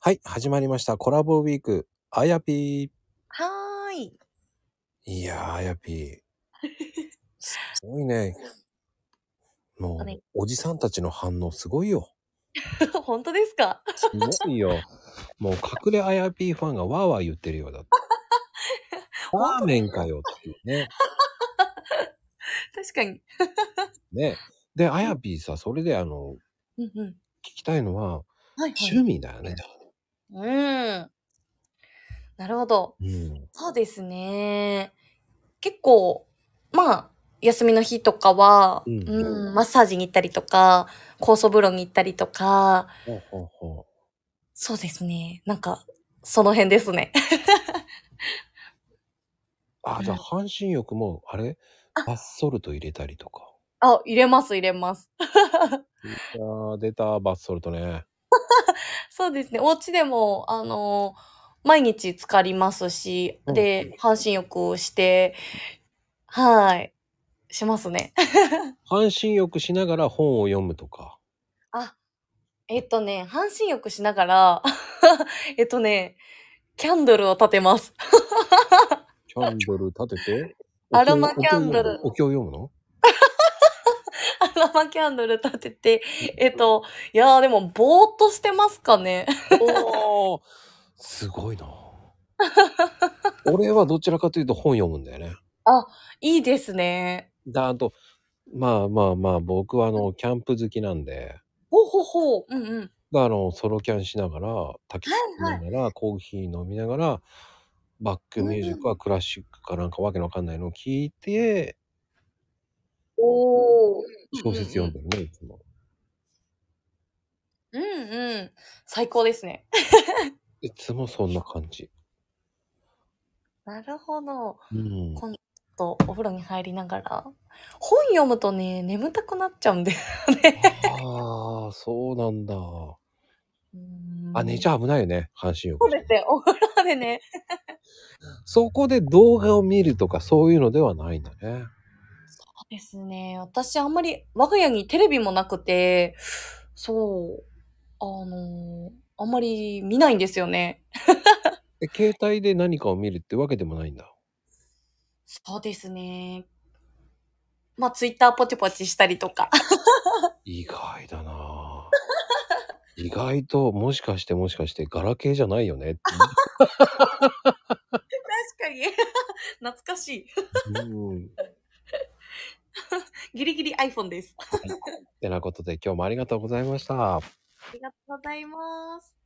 はい、始まりました。コラボウィーク、あやぴはーい。 ー。いやー、あやぴー。すごいね。もあれう、おじさんたちの反応すごい よ。本当ですかすごいよ。もう、隠れあやぴーファンがわーわー言ってるよう だって。ラーメンかよっていうね。確かに。ね。で、あやぴーさ、それであの、うんうん。聞きたいのは、はい、趣味だよね。はい。うん。なるほど。うん。そうですね。結構、まあ、休みの日とかは、ううんん、マッサージに行ったりとか、酵素風呂に行ったりとか、ほうほうほそうですね。なんか、その辺ですね。 う。あ、じゃあ、うん半身浴も、あれあバスソルト入れたりとか。あ、入れます、入れます。いやー、出た、バスソルトね。そうですね。お家でも、あの毎日浸かりますし、うんで、半身浴をして、はい、しますね。 半身浴しながら本を読むとか。あ、えっとね、半身浴しながら、 えっとね、キャンドルを立てます。 キャンドル立てて。アロマキャンドルお経を読む のアロマキャンドル立てて、えっと、いやーでも、ぼーっとしてますかね。 お経を読むのおーすごいな。俺はどちらかというと本読むんだよね。いいですね。だあと、まあまあまあ、僕はあの、キャンプ好きなんで、ほうほうほう。うんうん。だあの、ソロキャンしながら、焚き火しながら、コーヒー飲みながら、バックミュージックはクラシックかなんかわけのわかんないのを聞いて、おー。小説読んでるね、いつも。うんうん。最高ですね。 いつもそんな感じ。なるほど。うん。今度お風呂に入りながら本読むとね眠たくなっちゃうんでああ、そうなんだ。あ、寝ちゃゃ危ないよね、半身浴そう。ですねお風呂でねそこで動画を見るとかそういうのではないんだね。そうですね私あんまり我が家にテレビもなくてそうあのーあんまり見ないんですよねえ携帯で何かを見るってわけでもないんだ。そうですねまあツイッターポチポチしたりとか意外だな あ意外ともしかしてもしかしてガラケーじゃないよねって。確かに 懐かしい うん。っギリギリ iPhone ですあてなことで今日もありがとうございました。りがとうございます